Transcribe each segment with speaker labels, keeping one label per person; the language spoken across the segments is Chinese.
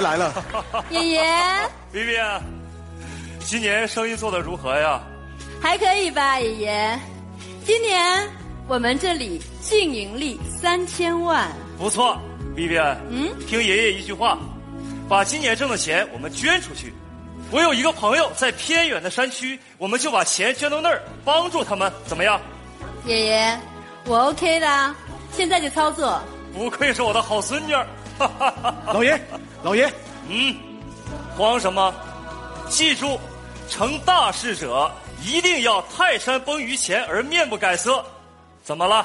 Speaker 1: 来了。
Speaker 2: 爷爷
Speaker 3: v i v 今年生意做得如何呀？
Speaker 2: 还可以吧，爷爷。今年我们这里净盈利三千万。
Speaker 3: 不错 v i v
Speaker 2: 嗯，
Speaker 3: 听爷爷一句话，把今年挣的钱我们捐出去。我有一个朋友在偏远的山区，我们就把钱捐到那儿，帮助他们，怎么样？
Speaker 2: 爷爷，我 OK 的，现在就操作。
Speaker 3: 不愧是我的好孙女儿。哈哈哈哈
Speaker 1: 老爷，老爷，
Speaker 3: 嗯， 慌什么？记住，成大事者一定要泰山崩于前而面不改色。怎么了？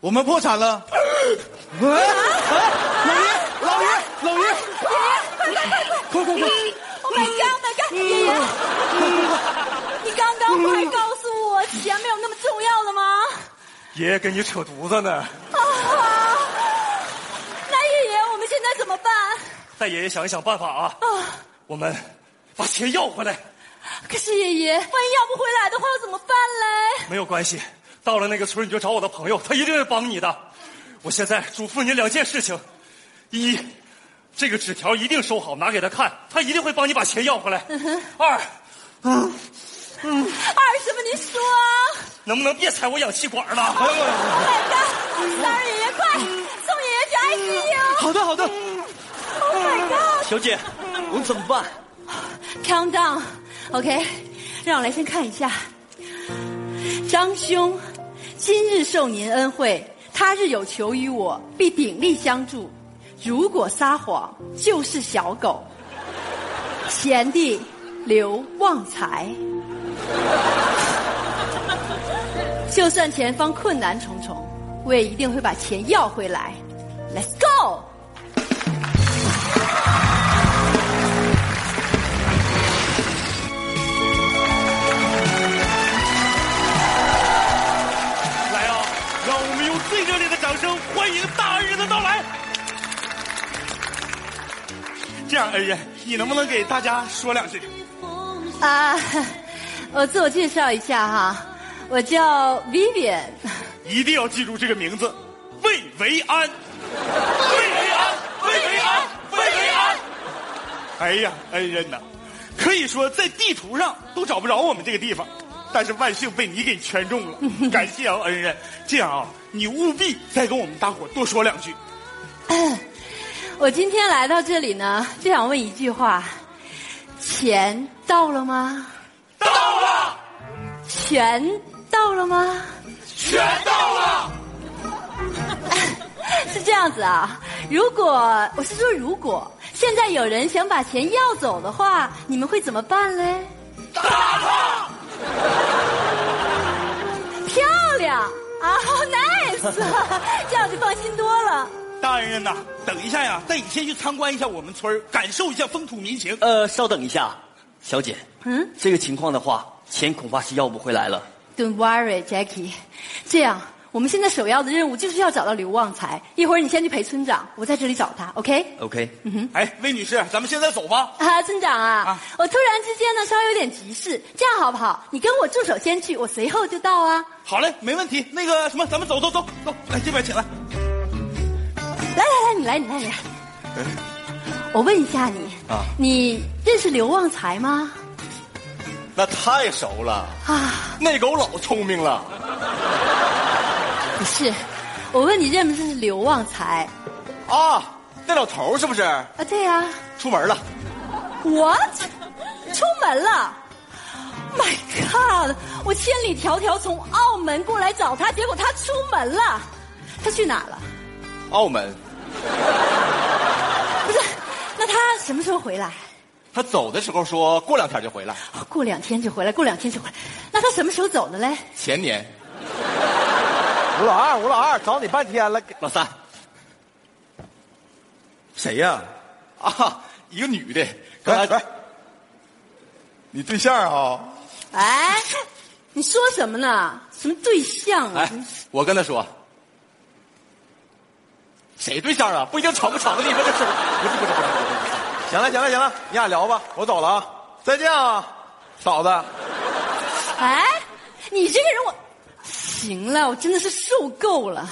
Speaker 1: 我们破产了。啊啊！老爷，老爷，老爷，快快快！
Speaker 2: Oh my god, my god！爷爷，你刚刚不还告诉我钱没有那么重要了吗？
Speaker 3: 爷爷跟你扯犊子呢。
Speaker 2: 啊，那爷爷，我们现在怎么办？
Speaker 3: 带爷爷想一想办法啊。我们把钱要回来
Speaker 2: 可是爷爷，万一要不回来的话怎么办嘞？
Speaker 3: 没有关系。到了那个村儿你就找我的朋友，他一定会帮你的。我现在嘱咐你两件事情：一，这个纸条一定收好，拿给他看，他一定会帮你把钱要回来。二，
Speaker 2: 二什么？您说啊？
Speaker 3: 能不能别踩我氧气管了？
Speaker 2: 奶奶，三儿爷爷快送爷爷去 ICU！
Speaker 4: 好的，好的，
Speaker 2: Oh my god！
Speaker 4: 小姐，我们怎么办？
Speaker 2: Countdown，OK，、让我来先看一下。张兄，今日受您恩惠，他日有求于我，必鼎力相助。如果撒谎，就是小狗。贤弟，留旺财。就算前方困难重重，我也一定会把钱要回来。Let's go！
Speaker 3: 来啊！让我们用最热烈的掌声欢迎大日的到来。
Speaker 1: 这样，恩人，你能不能给大家说两句？
Speaker 2: 啊，我自我介绍一下哈，我叫 Vivian，
Speaker 1: 一定要记住这个名字。
Speaker 3: 魏维安，魏维安，魏维安，魏维安。
Speaker 1: 哎呀，恩人呐，可以说在地图上都找不着我们这个地方，但是万幸被你给圈中了， 感谢啊，恩人。这样啊，你务必再跟我们大伙多说两句。
Speaker 2: 我今天来到这里呢，就想问一句话：钱到了吗？
Speaker 3: 到了，
Speaker 2: 全到了吗？
Speaker 3: 全到了。
Speaker 2: 是这样子啊，如果我是说如果现在有人想把钱要走的话，你们会怎么办嘞？打他！漂亮啊，好 nice，这样就放心多了。
Speaker 1: 大恩人呐，等一下呀，带你先去参观一下我们村儿感受一下风土民情。
Speaker 4: 呃，稍等一下，小姐，
Speaker 2: 嗯，
Speaker 4: 这个情况的话，钱恐怕是要不回来了。
Speaker 2: Don't worry, Jackie。这样，我们现在首要的任务就是要找到刘旺财。一会儿你先去陪村长，我在这里找他，OK？
Speaker 4: OK，
Speaker 1: 哎，魏女士，咱们现在走吧。
Speaker 2: 啊，村长啊，
Speaker 1: 啊
Speaker 2: 我突然之间呢稍微有点急事，这样好不好？你跟我助手先去，我随后就到啊。
Speaker 1: 好嘞，没问题。那个什么，咱们走走走走，来这边请啊来。
Speaker 2: 来来来，你来你来你来。我问一下你，
Speaker 5: 啊
Speaker 2: 你认识刘旺财吗？
Speaker 5: 那太熟了，
Speaker 2: 啊，
Speaker 5: 那狗老聪明了。
Speaker 2: 不是，我问你认不认识刘旺财？
Speaker 5: 啊，那老头儿是不是
Speaker 2: 啊，对呀、
Speaker 5: 出门了？
Speaker 2: What？出门了？My God！我千里迢迢从澳门过来找他，结果他出门了。他去哪了？
Speaker 5: 澳门，
Speaker 2: 不是，那他什么时候回来？
Speaker 5: 他走的时候说过两天就回来。
Speaker 2: 哦过两天就回来，过两天就回来。那他什么时候走的嘞？
Speaker 5: 前年，
Speaker 6: 吴老二，吴老二，找你半天了。
Speaker 4: 老三，
Speaker 6: 谁呀、
Speaker 5: 啊，一个女的，刚
Speaker 6: 哎
Speaker 5: 才
Speaker 6: 哎，
Speaker 5: 你对象啊？
Speaker 2: 哎，你说什么呢？什么对象啊
Speaker 5: 哎？，我跟他说，谁对象啊？不一定成不成的，你们这是不是不是不是？
Speaker 6: 行了，行了，行了，你俩聊吧，我走了啊，再见啊，嫂子。
Speaker 2: 哎，你这个人我，行了，我真的是受够了。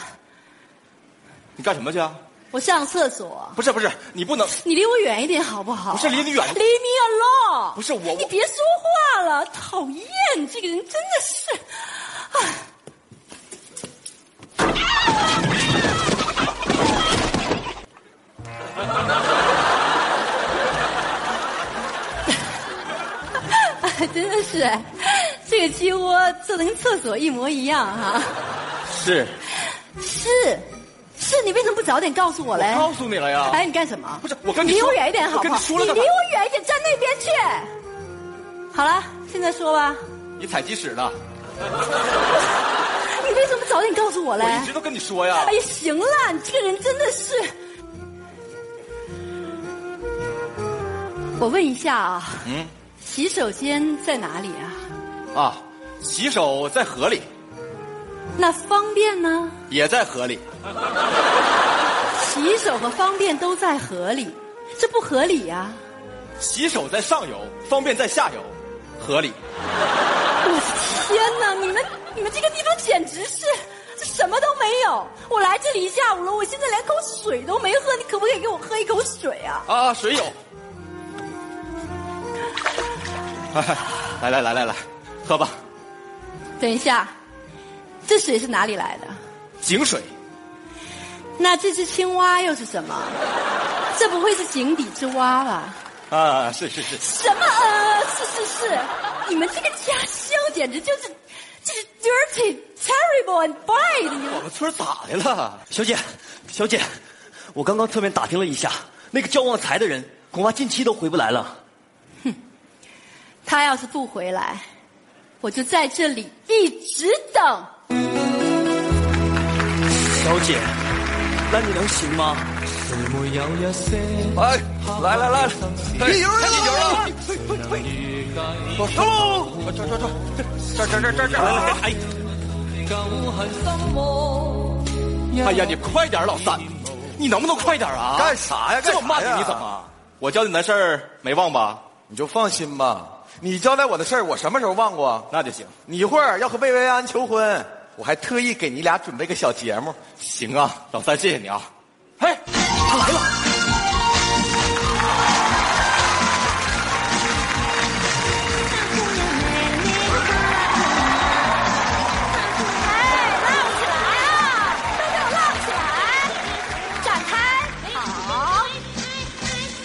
Speaker 5: 你干什么去啊？
Speaker 2: 我上厕所，
Speaker 5: 不是不是，你不能，
Speaker 2: 你离我远一点好不好？
Speaker 5: 不是离你远
Speaker 2: Leave me alone。
Speaker 5: 不是我
Speaker 2: 你
Speaker 5: 我
Speaker 2: 别说话了，讨厌，你这个人真的是，唉 啊真的是，这个鸡窝做的跟厕所一模一样哈、
Speaker 5: 是
Speaker 2: 是，是你为什么不早点告诉我嘞？
Speaker 5: 告诉你了呀。
Speaker 2: 哎，你干什么？
Speaker 5: 不是我跟你
Speaker 2: 离
Speaker 5: 说
Speaker 2: 我远一点好
Speaker 5: 我
Speaker 2: 不
Speaker 5: 跟
Speaker 2: 好？
Speaker 5: 你说了
Speaker 2: 你
Speaker 5: 干
Speaker 2: 离
Speaker 5: 嘛
Speaker 2: 我远一点，站那边去。好了，现在说吧，
Speaker 5: 你踩鸡屎呢？
Speaker 2: 你为什么不早点告诉我嘞？
Speaker 5: 我一直都跟你说呀
Speaker 2: 哎。呀，行了，你这个人真的是。我问一下啊，嗯，洗手间在哪里啊？
Speaker 5: 啊，洗手在河里，
Speaker 2: 那方便呢？
Speaker 5: 也在河里，
Speaker 2: 洗手和方便都在河里，这不合理呀、
Speaker 5: 洗手在上游，方便在下游，河里。
Speaker 2: 我的 天哪！你们你们这个地方简直是，这什么都没有。我来这里一下午了，我现在连口水都没喝，你可不可以给我喝一口水啊？
Speaker 5: 啊，水有。哎来来来来来，喝吧，
Speaker 2: 等一下，这水是哪里来的？
Speaker 5: 井水。
Speaker 2: 那这只青蛙又是什么？这不会是井底之蛙吧？
Speaker 5: 啊，是是是，
Speaker 2: 什么呃，是是是，你们这个家乡简直就是就是 dirty, terrible and bad，你
Speaker 5: 我
Speaker 2: 们
Speaker 5: 们村儿咋的了？
Speaker 4: 小姐，小姐，我刚刚侧面打听了一下，那个叫旺财的人恐怕近期都回不来了。
Speaker 2: 他要是不回来，我就在这里一直等。
Speaker 4: 小姐，那你能行吗？
Speaker 5: 哎，来来来，一油了，一油了，走，走走走，这这这这这，哎，哎呀，你快点儿老三，你能不能快点儿啊？
Speaker 6: 干啥呀？干
Speaker 5: 这
Speaker 6: 啥
Speaker 5: 么慢
Speaker 6: 呀
Speaker 5: 你怎么？我交代你的事儿没忘吧？
Speaker 6: 你就放心吧，你交代我的事儿，我什么时候忘过？
Speaker 5: 那就行，
Speaker 6: 你一会儿要和薇薇安求婚，我还特意给你俩准备个小节目。
Speaker 5: 行啊，老三，谢谢你啊。
Speaker 4: 哎，他来了。
Speaker 2: 哎，浪起来啊！都给我浪起来！展开，好。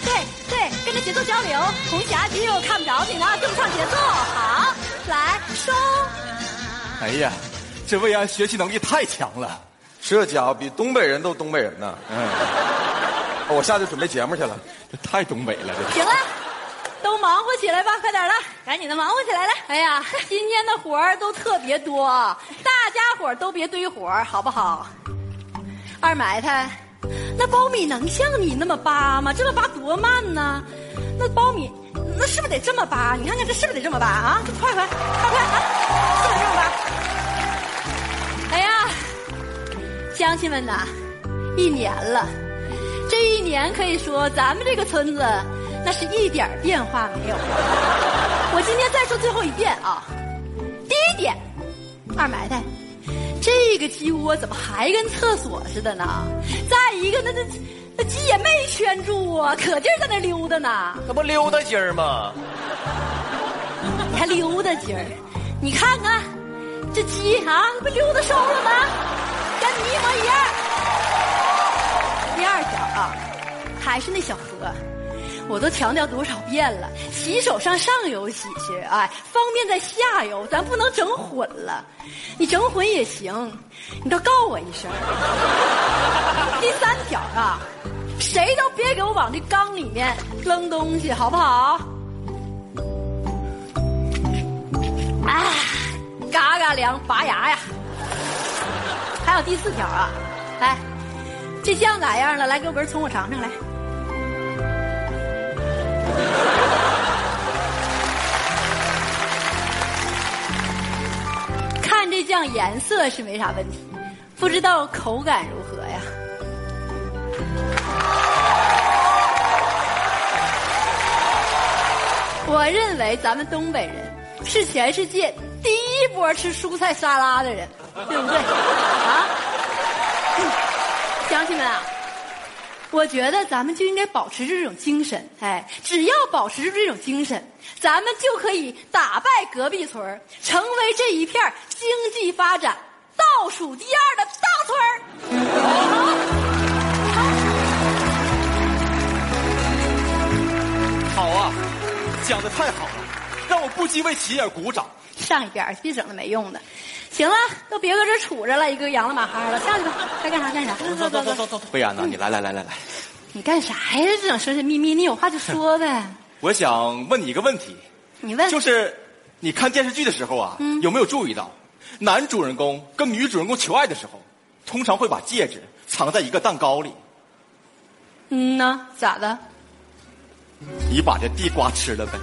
Speaker 2: 对对，跟着节奏交流。红霞肌肉看不着你呢，跟不上节奏。好，来收。
Speaker 5: 哎呀，这魏安学习能力太强了。
Speaker 6: 这家伙比东北人都东北人呢。嗯，我下去准备节目去了。
Speaker 5: 这太东北了，这
Speaker 2: 行了，都忙活起来吧，快点了，赶紧的忙活起来来。哎呀，今天的活儿都特别多，大家伙儿都别堆活儿，好不好？二埋汰，那苞米能像你那么扒吗？这么扒多慢呢？那苞米，那是不是得这么扒？你看看这是不是得这么扒啊？这快快快快啊！是不是这么扒？哎呀，乡亲们呐，一年了，这一年可以说咱们这个村子那是一点儿变化没有。我今天再说最后一遍啊，第一点，二埋汰。这个鸡窝怎么还跟厕所似的呢？再一个，那那那鸡也没圈住啊，可劲儿在那溜达呢。
Speaker 5: 那不溜达鸡儿吗？
Speaker 2: 你还溜达鸡儿，你看看这鸡啊，不溜达瘦了吗？跟你一模一样。第二条啊，还是那小河，我都强调多少遍了，洗手上上游洗去，哎，方便在下游，咱不能整混了。你整混也行，你倒告我一声。第三条啊，谁都别给我往这缸里面扔东西，好不好？啊，嘎嘎凉，拔牙呀！还有第四条啊，来，这酱咋样了？来，给我根葱，我尝尝来。看这酱颜色是没啥问题，不知道口感如何呀？我认为咱们东北人是全世界第一波吃蔬菜沙拉 的人，对不对？啊，嗯乡亲们啊，我觉得咱们就应该保持这种精神，哎，只要保持这种精神，咱们就可以打败隔壁村儿成为这一片儿经济发展倒数第二的大村儿。
Speaker 5: 好啊，讲的太好了，让我不禁为起眼鼓掌。
Speaker 2: 上一边儿，别整那没用的。行了，都别搁这儿杵着了，一个洋了马哈了，下去吧，该干啥干啥。走走走走走，
Speaker 5: 薇安呐，你来来来来来，
Speaker 2: 你干啥呀？这整神神秘秘，你有话就说 呗。
Speaker 5: 我想问你一个问题，
Speaker 2: 你 问，
Speaker 5: 就是你看电视剧的时候啊，
Speaker 2: 嗯
Speaker 5: 有没有注意到，男主人公跟女主人公求爱的时候，通常会把戒指藏在一个蛋糕里。
Speaker 2: 嗯呐，咋的？
Speaker 5: 你把这地瓜吃了呗？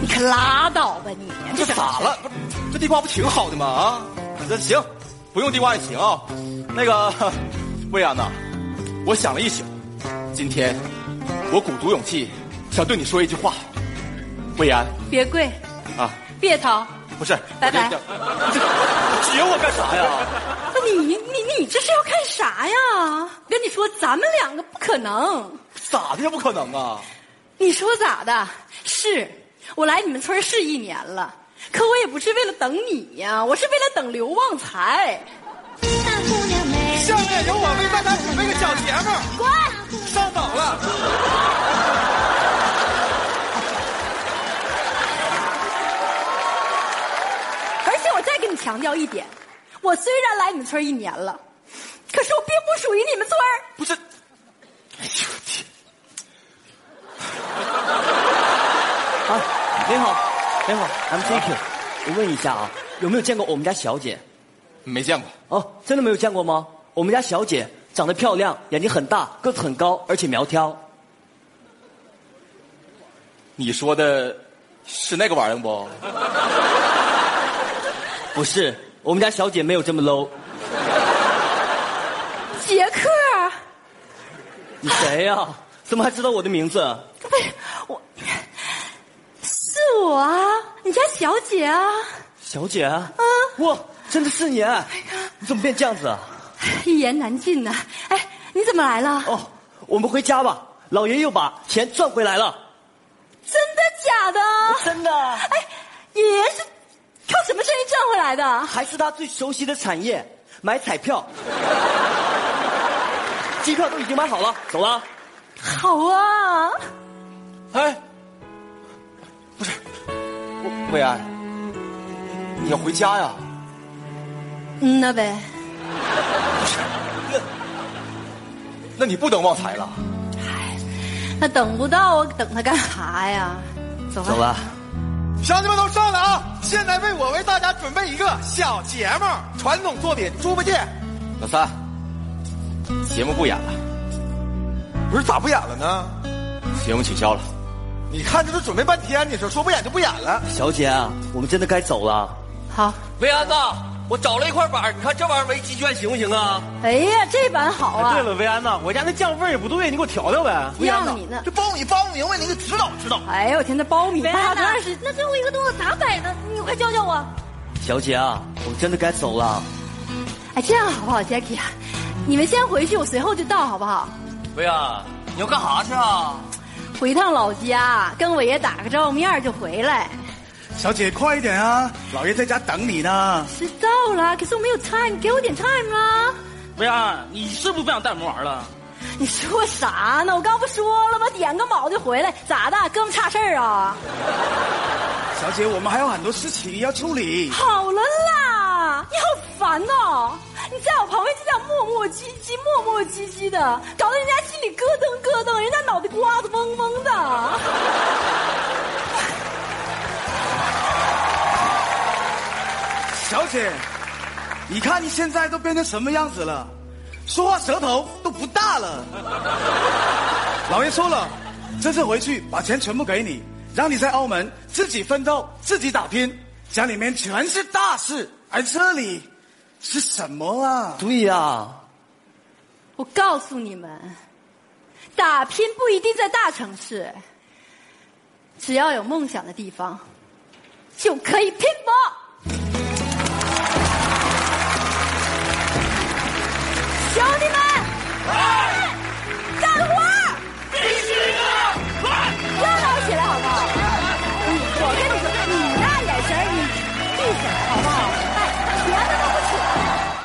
Speaker 2: 你可拉倒吧你！
Speaker 5: 这咋了？不是，这地瓜不挺好的吗？啊，这行，不用地瓜也行啊。那个， 薇安呐，我想了一宿，今天我鼓足勇气想对你说一句话，薇安
Speaker 2: 别跪，
Speaker 5: 啊，
Speaker 2: 别逃！
Speaker 5: 不是，
Speaker 2: 拜
Speaker 5: 我
Speaker 2: 拜
Speaker 5: 这这 指我干啥呀？
Speaker 2: 不，你你你你这是要干啥呀？跟你说，咱们两个不可能。
Speaker 5: 咋的？这不可能啊！
Speaker 2: 你说咋的？是我来你们村儿是一年了，可我也不是为了等你呀、我是为了等刘旺财。
Speaker 7: 大姑娘美，
Speaker 6: 下面由我为大家准备个小节目，
Speaker 2: 滚！
Speaker 6: 上榜了。
Speaker 2: 而且我再跟你强调一点，我虽然来你们村儿一年了，可是我并不属于你们村儿
Speaker 5: 不是，
Speaker 4: 啊，您好，您好，I'm Jack。我问一下啊，有没有见过我们家小姐？
Speaker 5: 没见过。
Speaker 4: 哦，真的没有见过吗？我们家小姐长得漂亮，眼睛很大，个子很高，而且苗条。
Speaker 5: 你说的是那个玩意儿不？
Speaker 4: 不是，我们家小姐没有这么 low。。
Speaker 2: 杰克，啊
Speaker 4: 你谁呀、怎么还知道我的名字？
Speaker 2: 不是我，是我啊，你家小姐啊。
Speaker 4: 小姐？啊，哎哇，真的是你！啊你怎么变这样子啊？
Speaker 2: 一言难尽呐、哎，你怎么来了？
Speaker 4: 哦，我们回家吧，老爷又把钱赚回来了。
Speaker 2: 真的假的？
Speaker 4: 真的，
Speaker 2: 哎，爷是靠什么生意赚回来的？
Speaker 4: 还是他最熟悉的产业，买彩票。机票都已经买好了，走了。
Speaker 2: 好啊，
Speaker 5: 哎，
Speaker 6: 薇安，
Speaker 5: 你要回家呀？
Speaker 2: 嗯呐呗，
Speaker 5: 那你不等旺财了？
Speaker 2: 那等不到我等他干啥呀？走吧。
Speaker 4: 走了。
Speaker 6: 乡亲们都上来啊！现在为我为大家准备一个小节目，传统作品《猪八戒》。
Speaker 5: 老三，节目不演了，
Speaker 6: 不是咋不演了呢？
Speaker 5: 节目取消了。
Speaker 6: 你看这都准备半天，你说说不演就不演了。
Speaker 4: 小姐啊，我们真的该走了。
Speaker 2: 好。
Speaker 4: 薇安子，我找了一块板，你看这玩意儿没鸡圈行不行啊？
Speaker 2: 哎呀，这版好啊！
Speaker 4: 哎了，薇安呐，我家那酱味儿也不对，你给我调调呗。
Speaker 2: 让你呢。
Speaker 6: 这苞米苞米明白，你给指导指导。
Speaker 2: 哎呦我天，那苞米大多是
Speaker 7: 那最后一个动作咋摆的？你快教教我。
Speaker 4: 小姐啊，我真的该走了。
Speaker 2: 哎，这样好不好，Jacky 啊？你们先回去，我随后就到，好不好？
Speaker 4: 薇安，啊你要干啥去啊？
Speaker 2: 回趟老家，跟我爷打个照面就回来。
Speaker 1: 小姐，快一点啊！老爷在家等你呢。
Speaker 2: 知道了，可是我没有 time，给我点 time 啦。
Speaker 8: 薇安，啊你是不是不想带我们玩了？
Speaker 2: 你说啥呢？我刚不说了吗？点个卯就回来，咋的？哥们差事儿啊？
Speaker 1: 小姐，我们还有很多事情要处理。
Speaker 2: 好了啦，你好烦哦！你在我旁边就这样磨磨唧唧、磨磨唧唧的，搞得人家心里咯噔咯噔，人家脑袋瓜子嗡嗡的。
Speaker 1: 小姐，你看你现在都变成什么样子了？说话舌头都不大了。老爷说了，这次回去把钱全部给你，让你在澳门自己奋斗、自己打拼，家里面全是大事，而这里是什么啊？
Speaker 4: 对呀、
Speaker 2: 我告诉你们，打拼不一定在大城市，只要有梦想的地方，就可以拼搏。